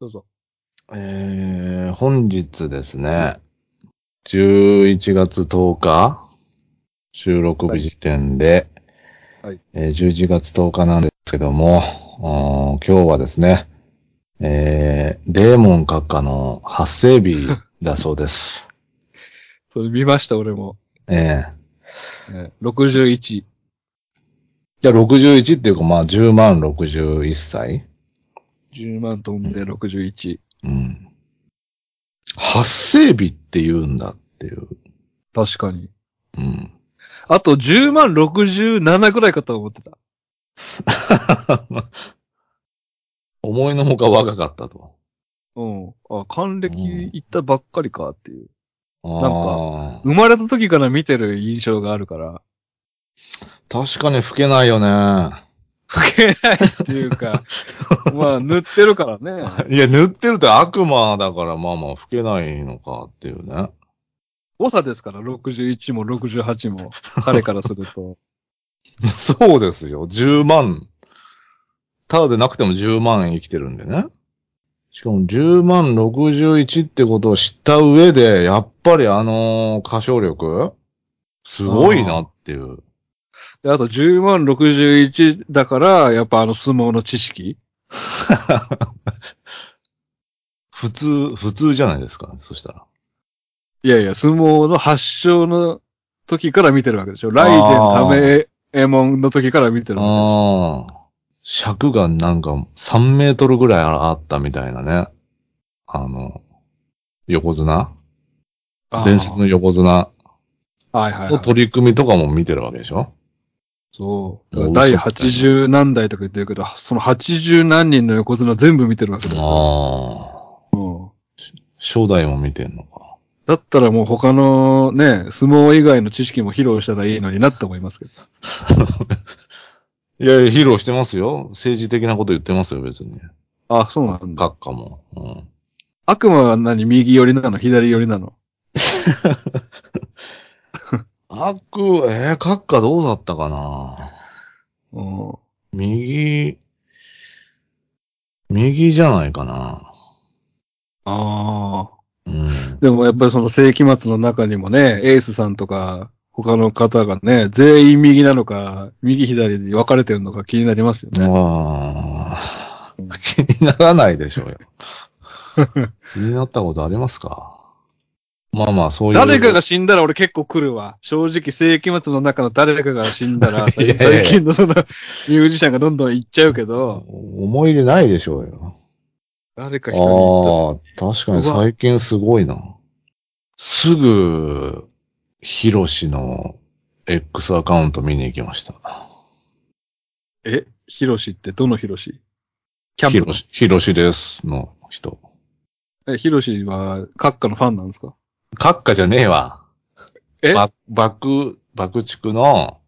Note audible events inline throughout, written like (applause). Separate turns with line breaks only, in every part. どうぞ。
えー、本日ですね、11月10日、収録日時点で、
はい
えー11月10日なんですけども、うーん今日はですね、えー、デーモン閣下の発生日だそうです。 (laughs)
それ見ました、俺も。
えー、
ね、61。
じゃあ61っていうか、まあ10万61歳
10万飛んで61。
うん。発生日って言うんだっていう。
確かに。
うん。
あと10万67ぐらいかと思ってた。
(laughs) 思いのほか若かったと。
うん。あ、還暦
うん
行ったばっかりかっていう。
なん
か生まれた時から見てる印象があるから、
確かに老けないよね。
吹けないっていう
(laughs)
か、まあ塗ってるからね。
いや、塗ってると悪魔だから、まあまあ、老けないのかっていうね。 (laughs)
誤差ですから、61も68も、彼からすると。
そうですよ。10万。ただでなくても10万生きてるんでね。しかも10万61ってことを知った上で、やっぱりあの歌唱力すごいなっていう。
で、あと10万61だから、やっぱあの相撲の知識
普通、普通じゃないですか。そしたら。
いやいや、相撲の発祥の時から見てるわけでしょ。ライデン、タメエモンの時から見てるわ
ああ。尺がなんか3メートルぐらいあったみたいなね。あの、横綱
けでしょ。
伝説の横綱
あー。はいはい、は
の
い。
取り組みとかも見てるわけでしょ
そう。だから第80何代とか言ってるけど、その80何人の横綱全部見てるわけだよ。
ああ。
うん
初代も見てんのか。
だったらもう他のね、相撲以外の知識も披露したらいいのになって思いますけど。
いやいや、披露してますよ。政治的なこと言ってますよ、別に。
あ、そうなんだ。
閣下も。うん。
悪魔は何右寄りなの左寄りなの
悪、えー、閣下どうだったかな
うん。
右、右じゃないかな。
ああ。
うん。
でもやっぱりその世紀末の中にもね、エースさんとか、他の方がね、全員右なのか、右左に分かれてるのか気になりますよね。
ああ、 (laughs) 気にならないでしょ
(laughs)
うよ。気になったことありますかまあまあ、そういう。
誰かが死んだら俺結構来るわ。正直世紀末の中の誰かが死んだら、
(laughs) いやいや
最
いや
近のそのミュージシャンがどんどん行っちゃうけど、
思い入れないでしょうよ。
誰か一人行っ
ああ、確かに最近すごいな。すぐ、ヒロシの X アカウント見に行きました。
たらえ、ヒロシってどのヒロシキャ
ヒ
ンプ
ロシ、ヒロシですの人。
のえヒロシは、閣下のファンなんですか
閣下じゃねえわ。
え
ば爆、爆竹の、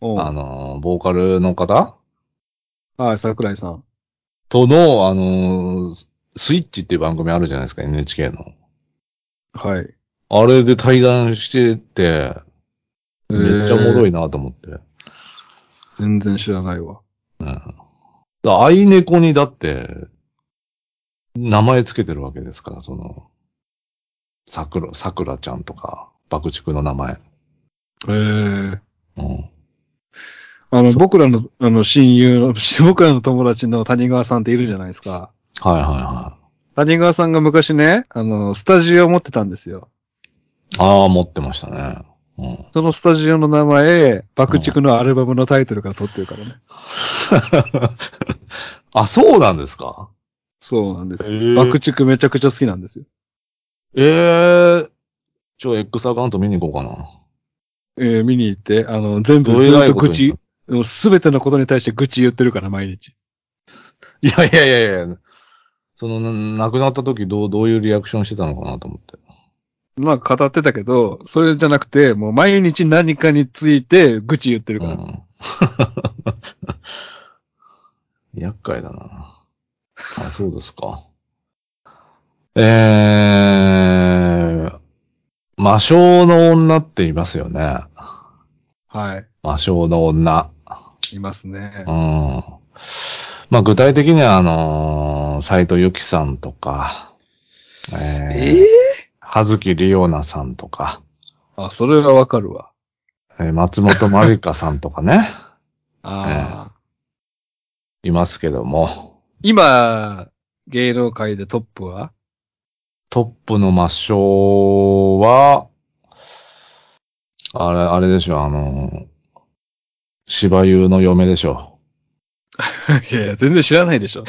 お
あ
う
の、ボーカルの方
はい、桜井さん。
との、あのースイッチっていう番組あるじゃないですか、NHK の。
はい。
あれで対談してて、めっちゃおもろ
い。
いなと思って。
全然知らないわ。
うん。だアイネコにだって、名前つけてるわけですから、その、桜、桜ちゃんとか、爆竹の名前。
ええ
うん。
あの、僕らの、あの、親友の、 (laughs) 僕らの友達の谷川さんっているじゃないですか。
はいはいは
谷川さんが昔ね、あの、スタジオを持ってたんですよ。
い。ああ、持ってましたね。うん。
そのスタジオの名前、爆竹のアルバムのタイトルから取ってるからね。
あ、そうなんですか
そうなんですよ。
へえ
爆竹めちゃくちゃ好きなんですよ。
ええちょ、X アカウント見に行こうかな。
えー見に行って、あの、全
ど
部
うい
ず
うラ
っ
イ
と
ブ
愚痴、すべてのことに対して愚痴言ってるから、毎日。
(laughs) いやいやいやいや、その、な亡くなった時どう、どういうリアクションしてたのかなと思って。
まあ、語ってたけど、それじゃなくて、もう毎日何かについて愚痴言ってるから。
うん、 (laughs) 厄介だな。あ、そうですか。えー、魔性の女っていますよね。
は
魔性の女。
い。いますね
う。ん。まあ具体的には、あのー、斎藤由紀さんとか、えー、
え
葉月里央奈さんとか、
あ、それはわかるわ。
えー松本まりかさんとかね、 (laughs)
ああ。
いますけども、
今、芸能界でトップは
トップの抹消は、あれ、あれでしょ、あのー、芝優の嫁でしょ。
(laughs) いやいや、全然知らないでしょ。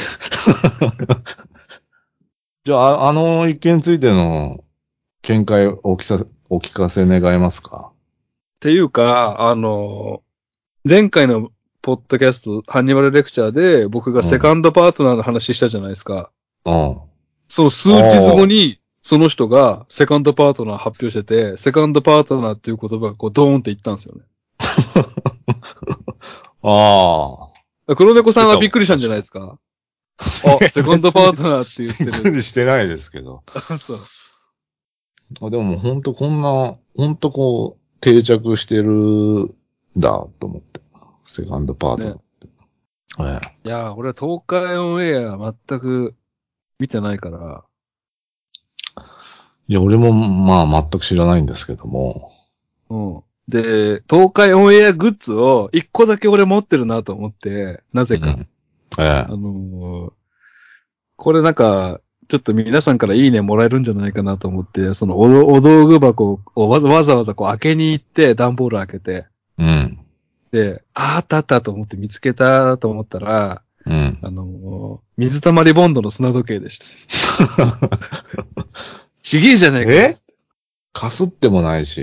じゃあ、ああの一件についての見解をお聞かせお聞かせ願えますか
っていうか、あの、前回のポッドキャスト、ハンニバルレクチャーで僕がセカンドパートナーの話したじゃないですか。
うん。
その数日後に、その人がセカンドパートナー発表してて、セカンドパートナーっていう言葉がこうドーンって言ったんですよね。
ああ。
黒猫さんはびっくりしたんじゃないですか。あ、セカンドパートナーって言
びっ
っ
く
てる。
りしてないですけど。
(laughs) そう。
あでももうほんとこんな、ほんとこう、定着してるんだと思って。セカンドパートナーって。ええ
いやー、俺は東海オンエア全く見てないから、
いや、俺もまあ全く知らないんですけども。
うん。で、東海オンエアグッズを一個だけ俺持ってるなと思って、なぜか。
うんえ
あのーこれなんか、ちょっと皆さんからいいねもらえるんじゃないかなと思って、そのおどお道具箱をわざわざわざこう開けに行って、段ボール開けて、
え。うん。
で、あーあったあったと思って見つけたと思ったら、
うん。
あのー水溜りボンドの砂時計でした。
(laughs)
ちげえじゃねえか。
えかすってもないし。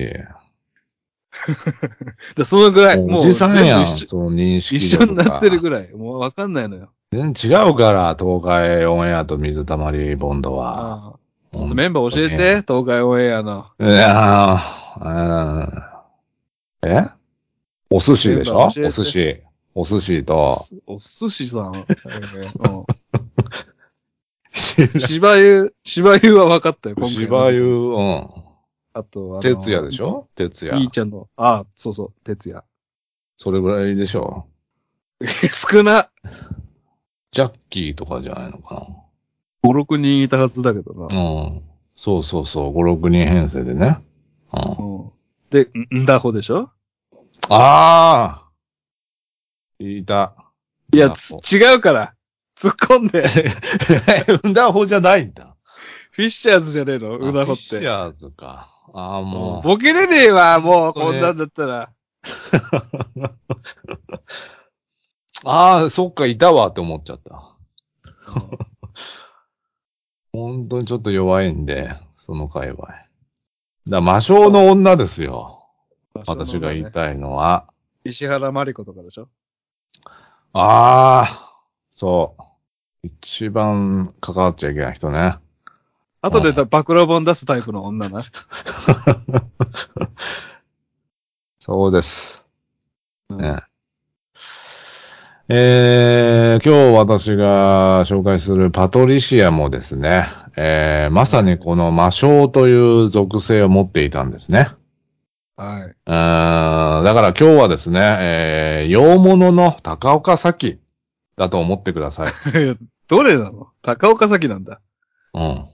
でそのぐらい、
もうおじさんやん。
全部一緒
その認識
一緒になってるぐらい。もうわかんないのよ。
全然違うから、東海オンエアと水溜りボンドは。
ああちょっとメンバー教えて、東海オンエアの。
いやーうんえお寿司でしょお
教えて
寿司。お寿司と、
お寿司さん。えーうん
し
芝湯、芝湯は分かったよ、今回の
ばゆ、うん。
あと、あの
哲也でしょ哲
い
也
い。ちゃんの、ああ、そうそう、哲也。 (laughs)
それぐらいでしょ
少な
ジャッキーとかじゃないのか
!5、6人いたはずだけどな。
な。うん。そうそうそう、5、6人編成でね。うん。
うん、で、んんだほでしょ
あーいた。
いや、
んだ
つ
ほ
違うから突っ込んで (laughs)
(laughs) うんだほじゃないんだ。
フィッシャーズじゃねえのうなほ
あフィッ
っ
シ
て。
ャーズか。ああ、もう。
ボケれねえわ、も
本
う、
当
こ
ね
んなんだったら。
ああ、そっか、いたわって思っちゃった。
うん
本当にちょっと弱いんで、その界隈。だ魔性の女ですよ。私が言い。たいのは。
石原まりことかでしょ
ああ、そう。一番関わっちゃいけない人ね。
後でだ暴露本出すタイプの女な。
そうです。
うん
ねえー、今日私が紹介するパトリシアもですね、えー、まさにこの魔性という属性を持っていたんですね。
はい。
うーんだから今日はですね、えー、洋物の高岡咲だと思ってください。
いやどれなの高岡崎なんだ。
うん。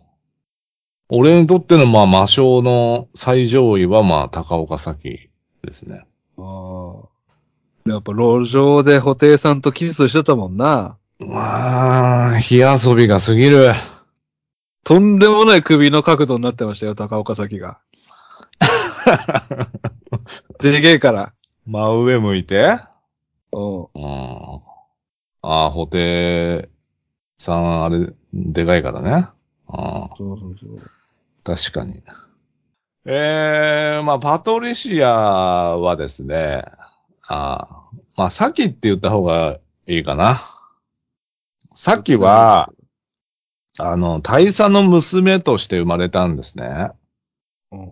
俺にとってのまあ魔性の最上位はまあ高岡咲ですね。
ああ。やっぱ路上で布袋さんとキスしてたもんな。
まあ、火遊びが過ぎる。
とんでもない首の角度になってましたよ、高岡崎 (laughs) が。でげえから。
真上向いて。
うん。
うん。ああ、ホテさん、あれ、でかいからね。うん。
そうそうそう。
確かに。ええまあ、パトリシアはですね、ああまあ、サキって言った方がいいかな。サキは、、あの、大佐の娘として生まれたんですね。
うん、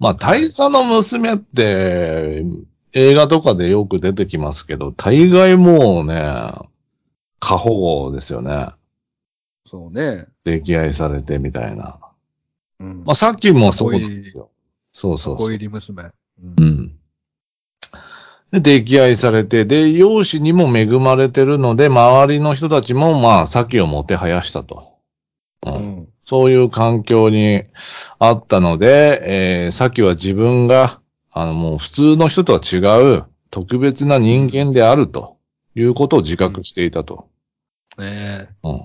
まあ、大佐の娘って、映画とかでよく出てきますけど、大概もうね、過保護ですよね。
そうね。
溺愛されてみたいな。
うん。
まあ、さっきもそうなんですよ。そうそうそう。
小入り娘。うん
うん。で、溺愛されて、で、容姿にも恵まれてるので、周りの人たちも、まあ、先をもてはやしたと。うん
うん。
そういう環境にあったので、えー、さっきは自分が、あの、もう普通の人とは違う、特別な人間であるということを自覚していたと。
ねえ。
うん。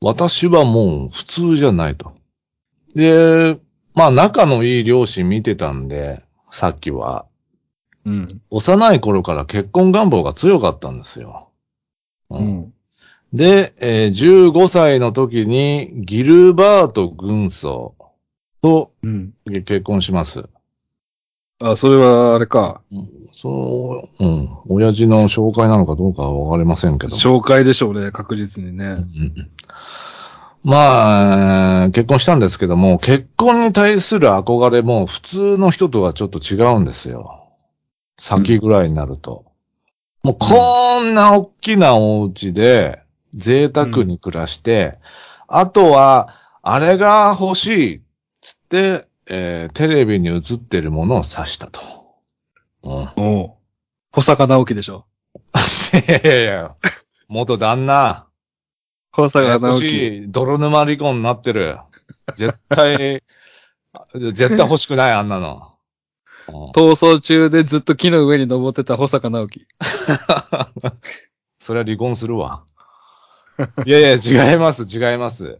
私はもう普通じゃないと。で、まあ仲のいい両親見てたんで、さっきは、
うん。
幼い頃から結婚願望が強かったんですよ。う
うん。
で、えー15歳の時にギルバート軍曹と
うん。
結婚します。
あ、それはあれか。
その、うん、親父の紹介なのかどうかはわかりませんけど。
紹介でしょうね、確実にね
う。んまあ、えー結婚したんですけども、結婚に対する憧れも普通の人とはちょっと違うんですよ。先ぐらいになると。もうこんな大きなお家で贅沢に暮らして、あとは、あれが欲しいっつって、えーテレビに映ってるものを指したと。うん。 (laughs)
おう保坂直樹でしょ。
いやいや、元旦那。
保
や
坂
やこ
直樹。
しい、泥沼離婚になってる。絶対、絶対欲しくない、あんなの。うん
逃走中でずっと木の上に登ってた保坂直樹。
それは離婚するわ。いやいや、違います、違います。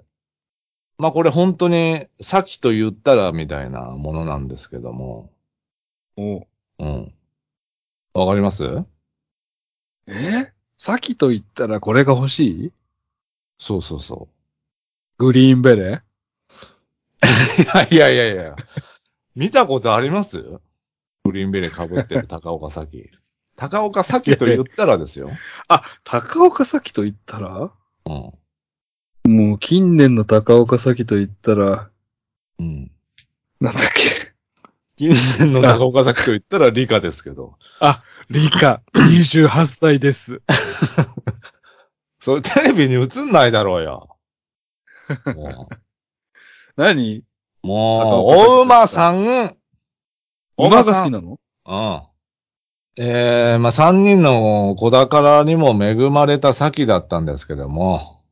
まあこれ本当に、さっきと言ったらみたいなものなんですけども。
おう
うん。わかります
え先と言ったらこれが欲しい
そうそうそ
グリーンベレー
う。いやいやいやいや。見たことありますグリーンベレー被ってる高岡早紀。高岡早紀と言ったらですよ。
あ、高岡早紀と言ったら
うん。
もう近年の高岡早紀と言ったら、
うん。
なんだっけ。
近年の中岡崎と言ったら理科ですけど。
リカ、28歳です。
それテレビに映んないだろう
(laughs)
よ。も
何
う、も
中岡
う
咲
お馬さん。
馬が好き
な。
なの
うん。えー、まあ、三人の子宝にも恵まれた先だったんですけども、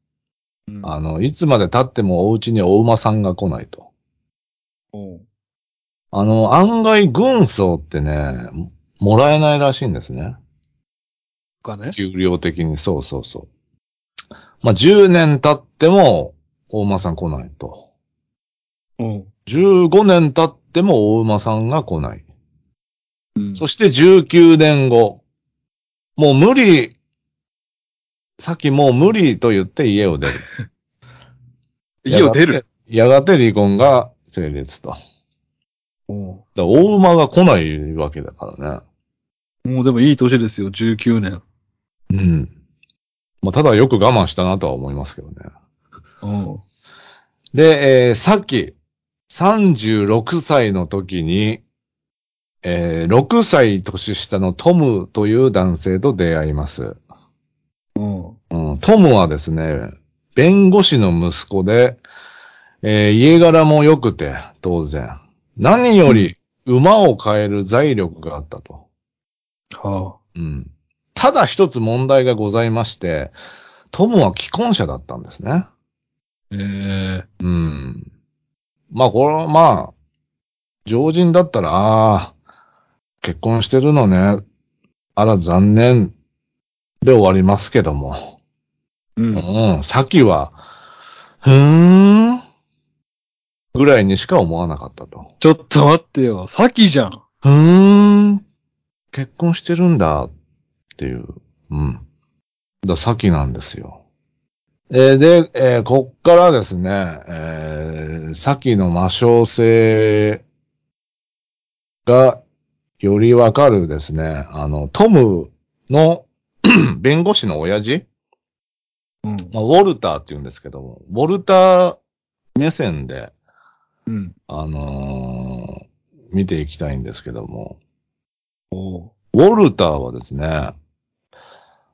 うん
あの、いつまで経ってもお家にお馬さんが来ないと。
おう
あの、案外軍曹ってね、もらえないらしいんですね。
かね。
給料的に、そうそうそう。まあ、10年経っても、大馬さん来ないと。
おう
15年経っても大馬さんが来ない。
うん
そして19年後。もう無理。さっきもう無理と言って家を出る。
家を出る。
やがて。やがて離婚が成立と。だか
おう
ら大馬が来ないわけだからね。
もうでもいい年ですよ、19年。
うん。まあ、ただよく我慢したなとは思いますけどね。
おう
で、えーさっき、36歳の時に、えー6歳年下のトムという男性と出会います。
おう
うん、トムはですね、弁護士の息子で、えー家柄も良くて、当然。何より馬を変える財力があったと。
は
うん。ただ一つ問題がございまして、トムは既婚者だったんですね。
あ。ええ
うん。まあ、これはまあ、常人だったら、ああ、結婚してるのね。あら、残念。で終わりますけども。
うん。
うん、さっきは、ふーん、ぐらいにしか思わなかったと。
ちょっと待ってよ、先じゃん。
ふーん、結婚してるんだ、っていう。うん。だ、さっきなんですよ。えーで、えーこっからですね、えー、さっきの魔性性がよりわかるですね、あの、トムの (clears throat) 弁護士の親父
うん。
まあ、ウォルターって言うんですけども、ウォルター目線で、
うん。
あのー見ていきたいんですけども、
おう
ウォルターはですね、あ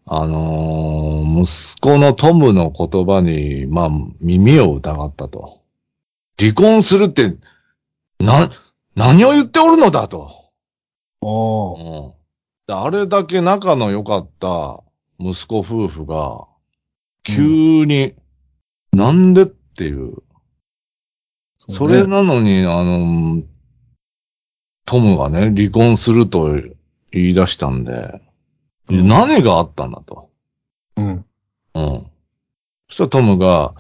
のー息子のトムの言葉に、まあ、耳を疑ったと。離婚するって、な、何を言っておるのだと。
お
う
う
んであれだけ仲の良かった息子夫婦が、急に、なんでっていう。それ
ね
なのに、あの、トムがね、離婚すると言い出したんで、
うん
何があったんだと。
うん。
うん。そしたらトムが、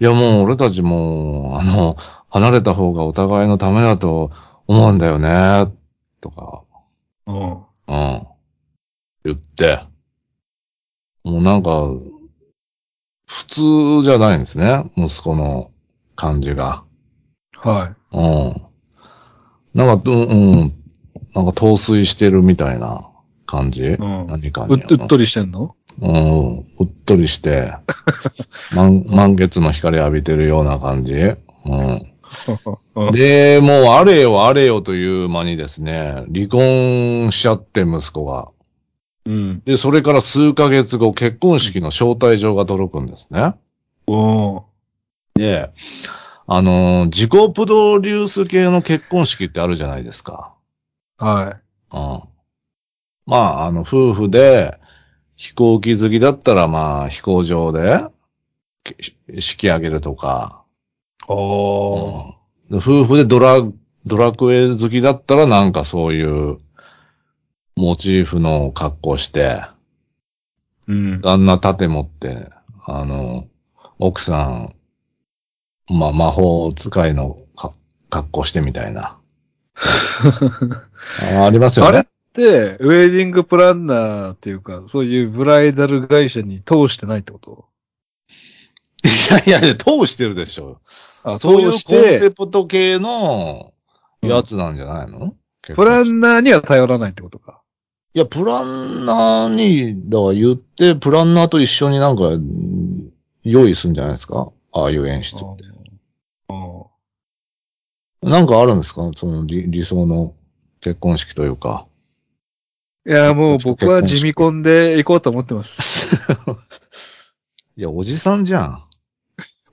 いやもう俺たちもう、あの、離れた方がお互いのためだと思うんだよね、とか、
うん。
うん。言って、もうなんか、普通じゃないんですね、息子の感じが。
は
うん。なんか、うん、うん。なんか、陶酔してるみたいな感じ
い。うん。う
何かに。
うっとりしてんの
うん。うっとり
(laughs)
して、満満月の光浴びてるような感じ。 (laughs) うん。
うん
で、もう、あれよあれよという間にですね、離婚しちゃって、息子が。
うん。
で、それから数ヶ月後、結婚式の招待状が届くんですね。
おー
で、あのー自己プロデュース系の結婚式ってあるじゃないですか。
は
うん。まあ、あの、夫婦で、飛行機好きだったら、まあ、飛行場で、けし式上げるとか、
い。おー
うんで夫婦でドラ、ドラクエ好きだったら、なんかそういう、モチーフの格好して、
うん。
旦那盾持って、あの、奥さん、まあ、魔法使いのか格好してみたい (laughs) な。あありますよね。
あれで、ウェディングプランナーっていうか、そういうブライダル会社に通してないってこと
(laughs) いやいや、通してるでしょ。
あ
そういう
通
コン
し
セ
て、
プト系のやつなんじゃないの、結構
プランナーには頼らないってことか。
いや、プランナーに、だから言って、プランナーと一緒になんか、うん用意するんじゃないですかああいう演出って。
あー
なんかあるんですかその理理想の結婚式という
(laughs)
か。
いや、もう僕は地味婚で行こうと思ってます。
いや、おじさんじゃ
(laughs)
ん。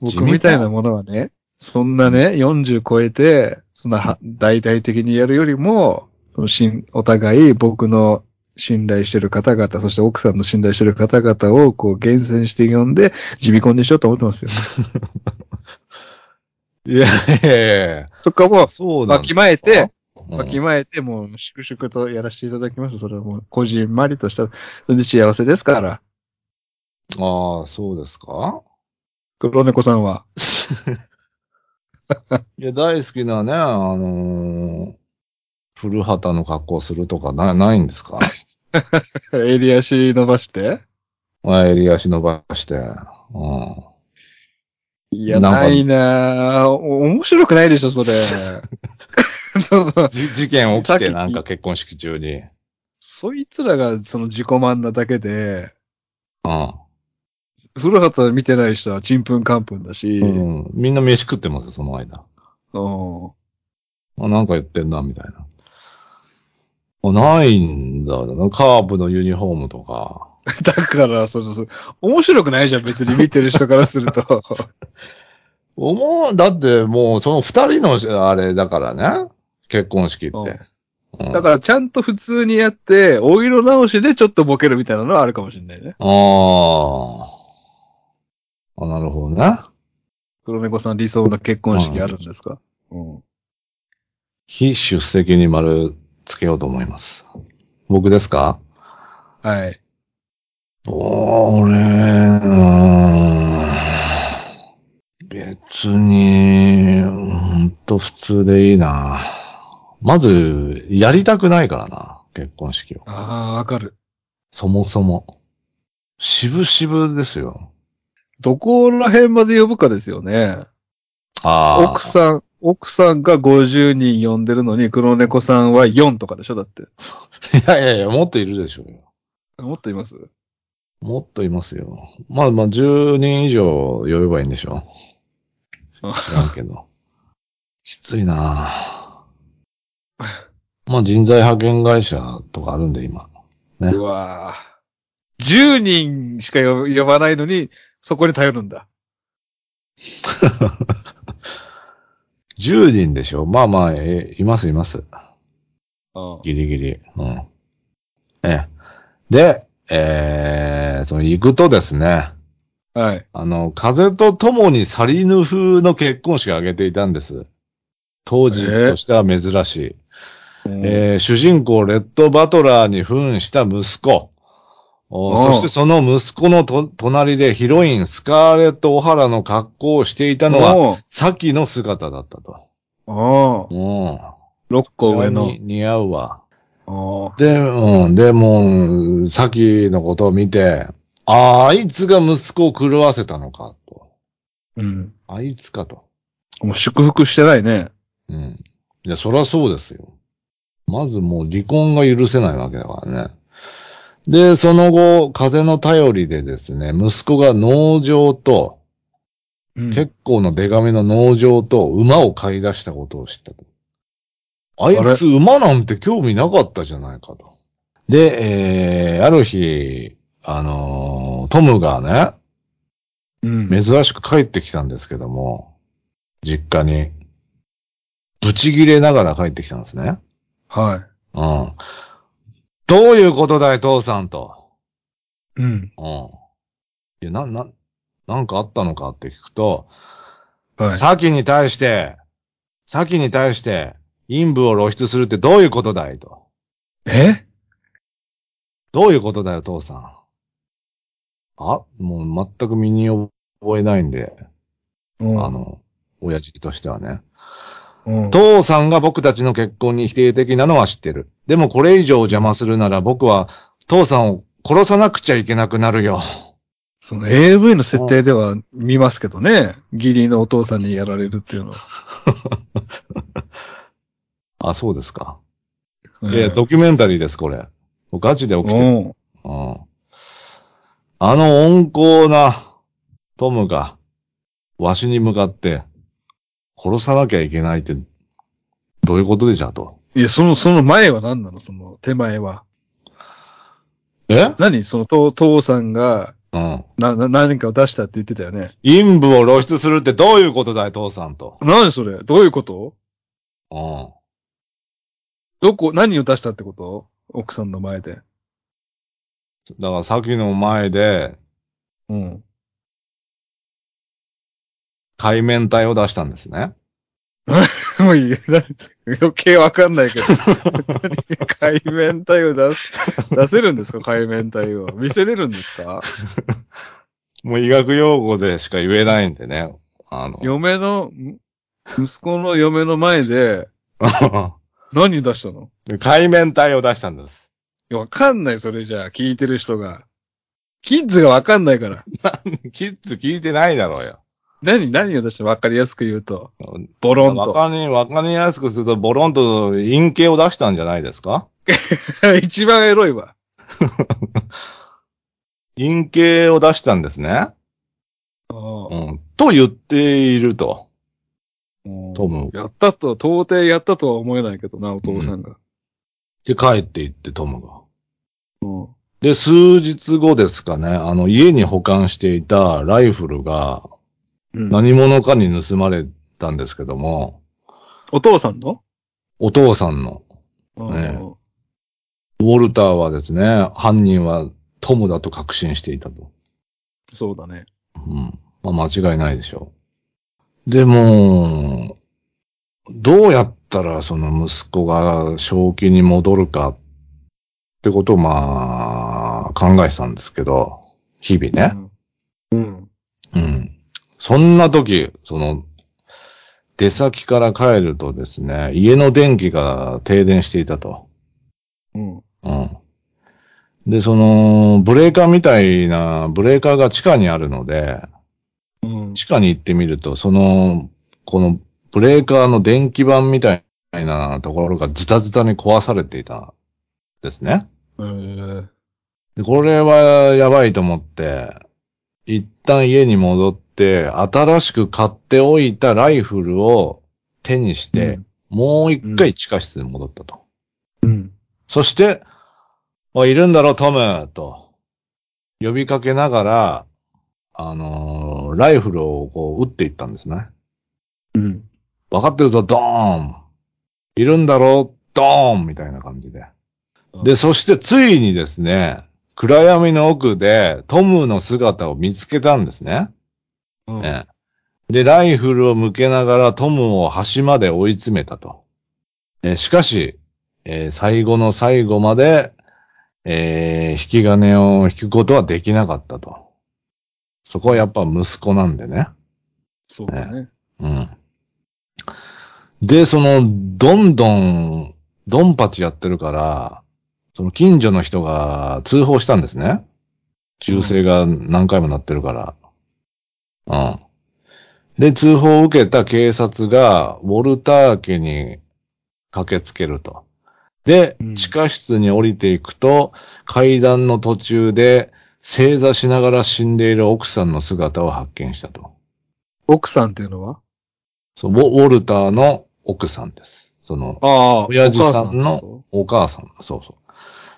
僕みたいなものはね、そんなね、40超えて、そんなは大々的にやるよりも、そのしんお互い僕の信頼してる方々、そして奥さんの信頼してる方々をこう厳選して呼んで、地味婚にしようと思って (laughs) ますよ。
いやいやいや
とかも、
そうな
わ
ん
きまえて、
うん
わきまえて、もう、粛々とやらせていただきます。それはもう、こじんまりとした、それで幸せですから、
ああ、そうですか
黒猫さんは。
いや、大好きなね、あのー古畑の格好するとかなないんですか
襟足伸ばして。
襟足伸ばして。うん。
いや、
なんか
ないなぁ。お面白くないでし (laughs) ょ、それ。その
じ事件起
さ
き
っき
て、なんか結婚式中に。うん。
そいつらが、その自己満なだけで、
あ
古畑見てない人はちんぷんかんぷんだし、うん
うん、みんな飯食ってますよ、その間。あなんか言ってんな、みたいな。あないんだな。カープのユニフォームとか。
だから、その、そ面白くないじゃん、別に見てる人からする (laughs) と。
思う、だってもう、その二人の、あれだからね。結婚式って。
うん
うん
だから、ちゃんと普通にやって、お色直しでちょっとボケるみたいなのはあるかもしれないね。
ああ。あ、なるほどね。
黒猫さん理想の結婚式あるんですか、うん、
非出席に丸つけようと思います。僕ですか
はい。
おー、俺、うーん別に、ほんと普通でいいな。まず、やりたくないからな、結婚式を。
ああ、わかる。
そもそも。渋々ですよ。
どこら辺まで呼ぶかですよね。
あ
奥さん、奥さんが50人呼んでるのに、黒猫さんは4とかでしょだって。
いやいやいや、もっといるでしょうよ。
もっといます
もっといますよ。まあまあ、10人以上呼べばいいんでしょう。知らんけど。きついなあまあ人材派遣会社とかあるんで、今。え
うわぁ。10人しか呼呼ばないのに、そこに頼るんだ。
10人でしょまあまあ、えいますいます。
うん。
ギリギリ。うん。ええ。で、えー、その行くとですね、
はい。
あの、風と共に去りぬ風の結婚式を挙げていたんです。当時としては珍しい。えー主人公レッド・バトラーに扮した息子。お
おう
そしてその息子のと隣でヒロインスカーレット・オハラの格好をしていたのは、
おー
さっきの姿だったと。
おー
うん。
六個上の
に。似合うわ。
おー
で、うん。で、もう、さっきのことを見て、ああ、あいつが息子を狂わせたのか、と。
うん。
あいつかと。
もう祝福してないね。
うん。いや、そりゃそうですよ。まずもう離婚が許せないわけだからね。で、その後、風の頼りでですね、息子が農場と、
うん
結構のデカめの農場と馬を買い出したことを知ったと。あい
あれ
つ馬なんて興味なかったじゃないかと。で、えー、ある日、あのートムが
うん
ね、珍しく帰ってきたんですけども、実家に、ブチ切れながら帰ってきたんですね。
は
うん。どういうことだい、父さんと。
い。うん。
うん。いや、な、な、なんかあったのかって聞くと、
はい。
サキに対して、サキに対して、陰部を露出するってどういうことだいと。
え
どういうことだよ、父さん。あもう全く身に覚えないんで、
う
あ
ん。
の、親父としてはね。
うん
父さんが僕たちの結婚に否定的なのは知ってる。でもこれ以上邪魔するなら僕は父さんを殺さなくちゃいけなくなるよ。
その AV の設定では見ますけどね。義理のお父さんにやられるっていうのは。
あ、そうですか。
うん
いや、ドキュメンタリーです、これ。ガチで起きてる。
うん
うん。あの温厚なトムが、わしに向かって、殺さなきゃいけないって、どういうことでじゃと。
いや、その、その前は何なのその手前は。
え
何その父父さんが、
うん。
な、な、何かを出したって言ってたよね。
陰部を露出するってどういうことだい、父さんと。
何それどういうこと
うん。
どこ、何を出したってこと奥さんの前で。
だからさっきの前で、
うん。 (laughs)
海面体を出したんですね。
もういい。 (laughs) な余計わかんないけど。何海面体を出す、出せるんですか海面体を。見せれるんですか
もう医学用語でしか言えないんでね。あの、
嫁の、ん息子の嫁の前で、
(laughs)
何出したの
海面体を出したんです。
いやわかんない、それじゃあ、聞いてる人が。キッズがわかんないから。
キッズ聞いてないだろうよ。
何、何を出したのわかりやすく言うと。ボロン
わ
と。
かり、わかりやすくすると、ボロンと陰形を出したんじゃないですか
(laughs) 一番エロいわ。
陰形を出したんですね。うん。と言っていると。
うん
トム。
やったと、到底やったとは思えないけどな、お父さんが。
で、帰って行って、トムが。
うん。
で、数日後ですかね、あの、家に保管していたライフルが
うん
何者かに盗まれたんですけども、
お父さんの
お父さんの、
うん
ねウォルターはですね、犯人はトムだと確信していたと。
そうだね。
うん。まあ、間違いないでしょう。でも、どうやったらその息子が正気に戻るかってことをまあ、考えてたんですけど、日々ね。
うん
う
うん。
ん。そんな時、その、出先から帰るとですね、家の電気が停電していたと。
うん。
うん。で、その、ブレーカーみたいな、ブレーカーが地下にあるので、
うん。
地下に行ってみると、その、このブレーカーの電気板みたいなところがズタズタに壊されていたんですね。
えー
でこれはやばいと思って、一旦家に戻って、新しく買っておいたライフルを手にして、もう一回地下室に戻ったと。
うん。
そして、おいいるんだろ、トムと、呼びかけながら、あのーライフルをこう撃っていったんですね。
うん。
わかってるぞ、ドーンいるんだろ、ドーンみたいな感じで。で、そしてついにですね、暗闇の奥でトムの姿を見つけたんですね。
うん
ええで、ライフルを向けながらトムを端まで追い詰めたと。えーしかし、えー最後の最後まで、えー引き金を引くことはできなかったと。そこはやっぱ息子なんでね。
そうだね。
うん。で、その、どんどん、ドンパチやってるから、その近所の人が通報したんですね。銃声が何回も鳴ってるから。うん。で、通報を受けた警察が、ウォルター家に駆けつけると。で
う、ん
地下室に降りていくと、階段の途中で、正座しながら死んでいる奥さんの姿を発見したと。
奥さんっていうのは
そうウォウォルターの奥さんです。その、
ああ、
親父さんの
お母ってこ
お母さん。そうそ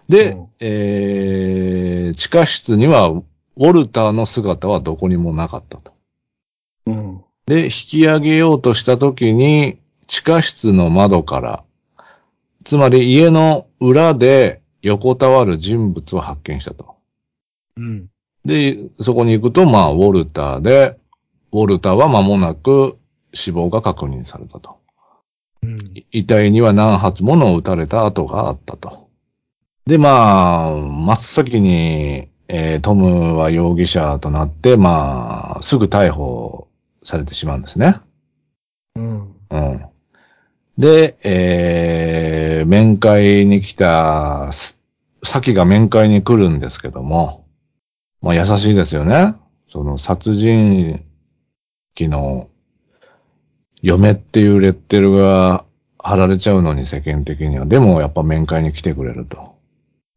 う。で、
うん
えー、地下室には、ウォルターの姿はどこにもなかったと。
とうん。
で、引き上げようとした時に、地下室の窓から、つまり家の裏で横たわる人物を発見したと。
うん。
で、そこに行くと、まあ、ウォルターで、ウォルターは間もなく死亡が確認されたと。
うん。
遺体には何発もの撃たれた跡があったと。で、まあ、真っ先に、えートムは容疑者となって、まあ、すぐ逮捕されてしまうんですね。
うん。
うん。で、えー面会に来た、すサキが面会に来るんですけども、まあ優しいですよね。その殺人鬼の嫁っていうレッテルが貼られちゃうのに世間的には。でもやっぱ面会に来てくれると。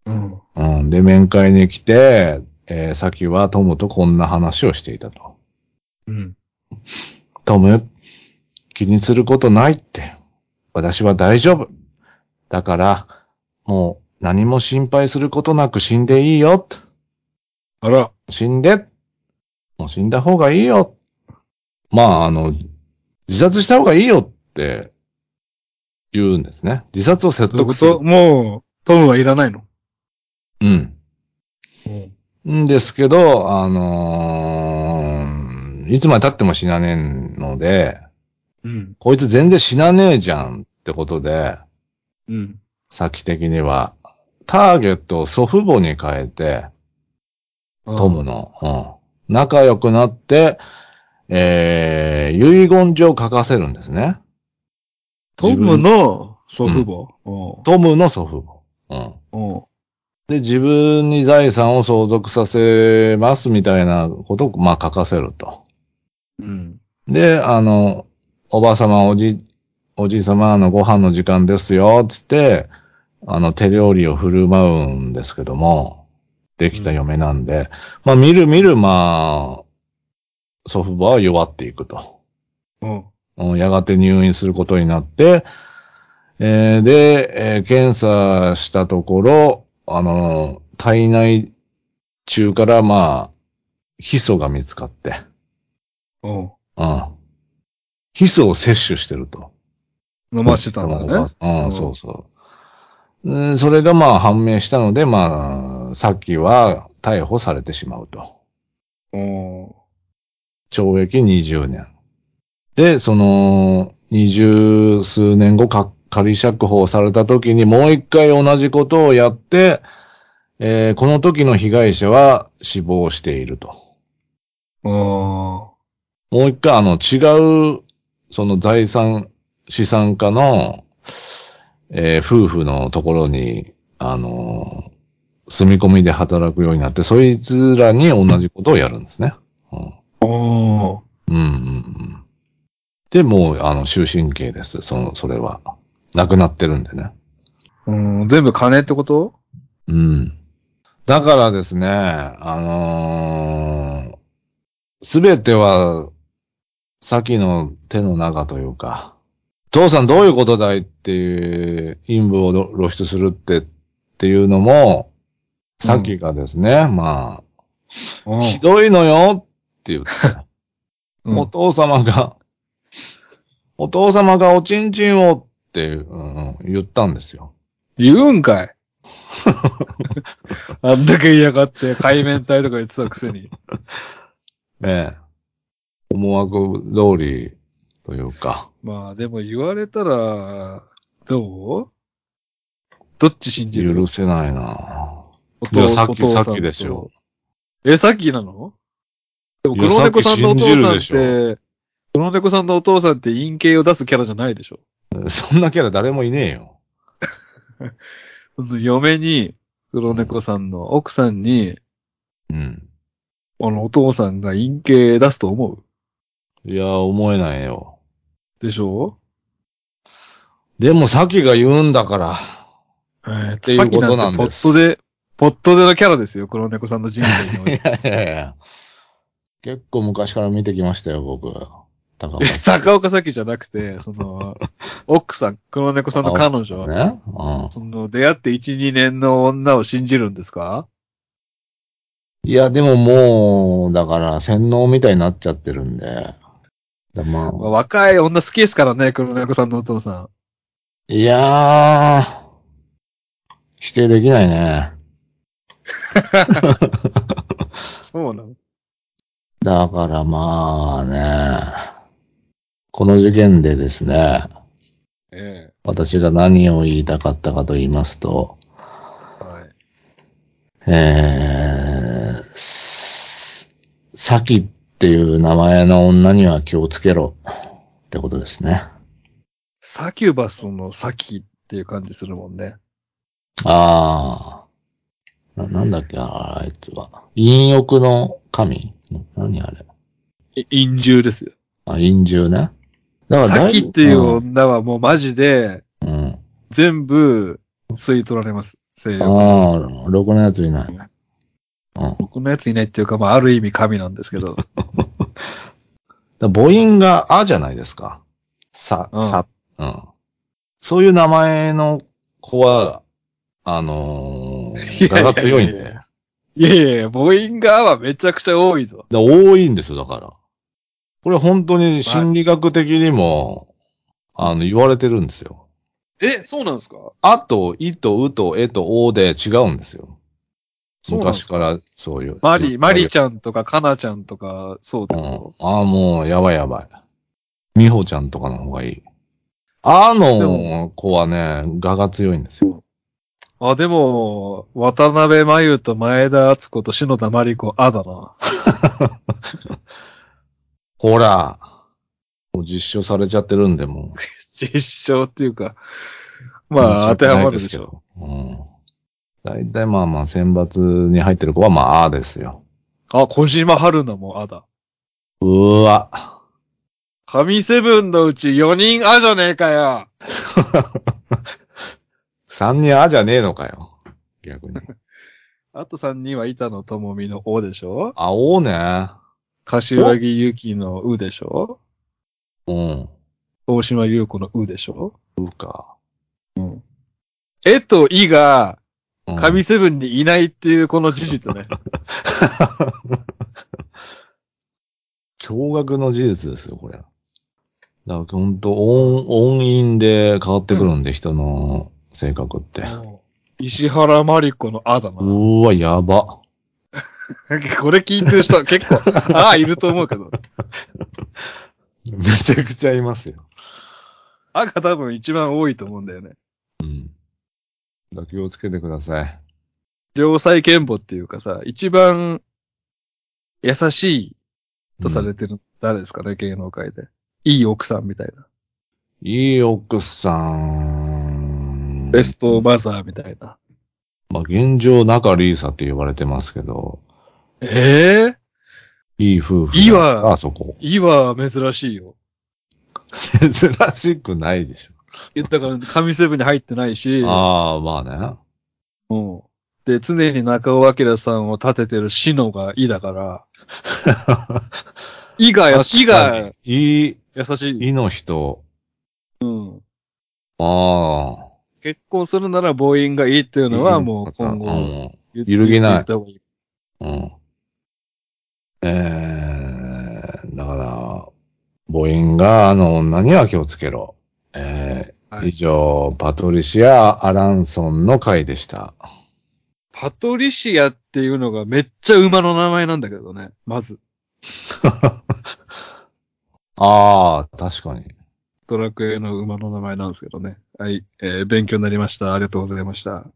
うん。
うん。で、面会に来て、えーサキはトムとこんな話をしていたと。
うん。
トム、気にすることないって。私は大丈夫。だから、もう何も心配することなく死んでいいよ。
あら。
死んで。もう死んだ方がいいよ。まあ、あの、自殺した方がいいよって言うんですね。自殺を説得
独
する
と、。もう、トムはいらないの。
うん。
うん
んですけど、あのーいつまで経っても死なねえので、
うん。
こいつ全然死なねえじゃんってことで、
うん。
先的には、ターゲットを祖父母に変えて、トムの、うん、仲良くなって、えー、遺言状を書かせるんですね。
トムの祖父母。
トムの祖父母。うん。
うん。うん。
で、自分に財産を相続させますみたいなことを、まあ、書かせると。
うん。
で、あの、おばあさま、おじ、おじいさまあのご飯の時間ですよ、つって、あの、手料理を振る舞うんですけども、できた嫁なんで、まあ、みるみる、まあ、祖父母は弱っていくと。
うん。
うんやがて入院することになって、えーで、えー検査したところ、あの、体内中から、まあ、ヒ素が見つかって、
うん。
うん。ヒ素を摂取してると。
飲ましてたんだね。
ね。う、
うんん
そうそう。うんそれがまあ判明したので、まあ、さっきは逮捕されてしまうと。
うん。
懲役20年。で、その、20数年後か、仮釈放された時にもう一回同じことをやって、えーこの時の被害者は死亡していると。
うん。
もう一回、あの、違う、その財産、資産家の、えー夫婦のところに、あのー住み込みで働くようになって、そいつらに同じことをやるんですね。
うん。
うん。うんうんうん。で、もう、あの、終身刑です。その、それは。亡くなってるんでね。
うん。全部金ってこと
うん。だからですね、あのすべては、先の手の中というか、父さんどういうことだいっていう陰部を露露出するって、っていうのも、さっきがですね、ま
う
あ、
ん
ひどいのよって言って、
(laughs) うん
お父様が、お父様がおちんちんをって、うんうん言ったんですよ。
言うんかい。 (laughs) あんだけ嫌がって、海面体とか言ってたくせに。 (laughs)
ええ。思惑通りというか。
まあでも言われたら、どうどっち信じる
許せないな
お
いやさっき
お父んと
さっきですよ。
え、さっきなのでも、
いや
黒猫さんのお父
さっき信じるでし
さんって、黒猫さんのお父さんって陰形を出すキャラじゃないでしょ。
そんなキャラ誰もいねえよ。
その嫁に、黒猫さんの奥さんに、
うん。
あの、お父さんが陰形出すと思う
いや、思えないよ。
でしょ
でも、さきが言うんだから。 (laughs)
えー、って
いうことなんです
ポットで、ポットでのキャラですよ、黒猫さんの人生におい
い
て
やいやいや結構昔から見てきましたよ、僕。高
いや高岡早紀じゃなくて、その、奥さん、黒猫さんの彼女は、
ね。うん。
その、出会って1、2年の女を信じるんですか
いや、でももう、だから、洗脳みたいになっちゃってるんで。だま
まあ
あ、
若い女好きですからね、黒猫さんのお父さん。
いやー、否定できないね。
そうなの
だからまあね、この事件でですね、
え
私が何を言いたかったかと言いますと、
え。はい。
えー、すサキっていう名前の女には気をつけろってことですね。
サキュバスのサキっていう感じするもんね。
ああ。な、なんだっけ、ああいつは。陰欲の神な何あれ。
い陰獣ですよ。
あ、陰獣ね。だ
サ
だ
キっていう女はもうマジで、
うん。うん
全部吸い取られます。性欲。
ああ、ろくなやついない。うん。
僕のやついないっていうか、まあ、ある意味神なんですけど。
だ母音があじゃないですか。さ、
うん
さ、うん。そういう名前の子は、あのー、
(laughs) いやいやいや
が強いんで。
(laughs) いやいやいや、母音がはめちゃくちゃ多いぞ。
で多いんですよ、だから。これ本当に心理学的にも、あの、言われてるんですよ。
え、そうなんですか
あと、いと、うと、えと、おで違うんですよ。
そうなんで
昔
す
からそういう。
マリー、マリー
ち
ちゃんとか、カナちゃんとか、そうだ
ん。
よ。
ああ、もう、やばいやばい。みほちゃんとかの方がいい。あ
で
の
も
子はね、画が強いんですよ。
あ、でも、渡辺真由と前田敦子と篠田麻里子、あだな。
ほら、もう実証されちゃってるんで、もう。
実証っていうか、
(laughs)
まあ、当てはまるでしょ。
ょ。うん。大体まあまあ、選抜に入ってる子はまあ、ああですよ。
あ、小島春菜もあだ。
うわ。
神セブンのうち4人あじゃねえかよ
三人あじゃねえのかよ。逆
(laughs)
に。
あと3人は板野友美のおでしょ
あ、おね。
柏木由紀のうでしょ
うん。
大島優子のうでしょ
うか。
えといが、
うん
神セブンにいないっていうこの事実ね。
驚愕の事実ですよ、これ。だから本当音、音韻で変わってくるんで、人の性格って。
石原まり子のあだな。
うーわ、やば。
(laughs) これ聞いてる人は結構、ああ、いると思うけど。
めちゃくちゃいますよ。
あが多分一番多いと思うんだよね。
うん。だから気をつけてください。
良妻賢母っていうかさ、一番優しいとさ
うん
れてる、誰ですかね、芸能界で。いい奥さんみたいな。
いい奥さん。
ベストマザーみたいな。
まあ、現状、仲リーサって呼ばれてますけど、
ええ
いい夫婦。
いいわ
あそこ。
いいわ、珍しいよ。
珍しくないでしょ。
いやだから、神セブンに入ってないし、
ああ、ま
うん。で、常に中尾明さんを立ててるシノがいいだから、
あね。
いがや、い
確かに
が
いい、
優しい。
いの人。
うん。
ああ。
結婚するなら母音がいいっていうのはもう今後
後。
言って、
揺るぎない
言った方がいい
うん。うんえー、だから、母音があの女には気をつけろ。え
はい
以上、パトリシア・アランソンの回でした。
パトリシアっていうのがめっちゃ馬の名前なんだけどね。まず、
ああ、確かに。
ドラクエの馬の名前なんですけどね。はい、えー勉強になりました。ありがとうございました。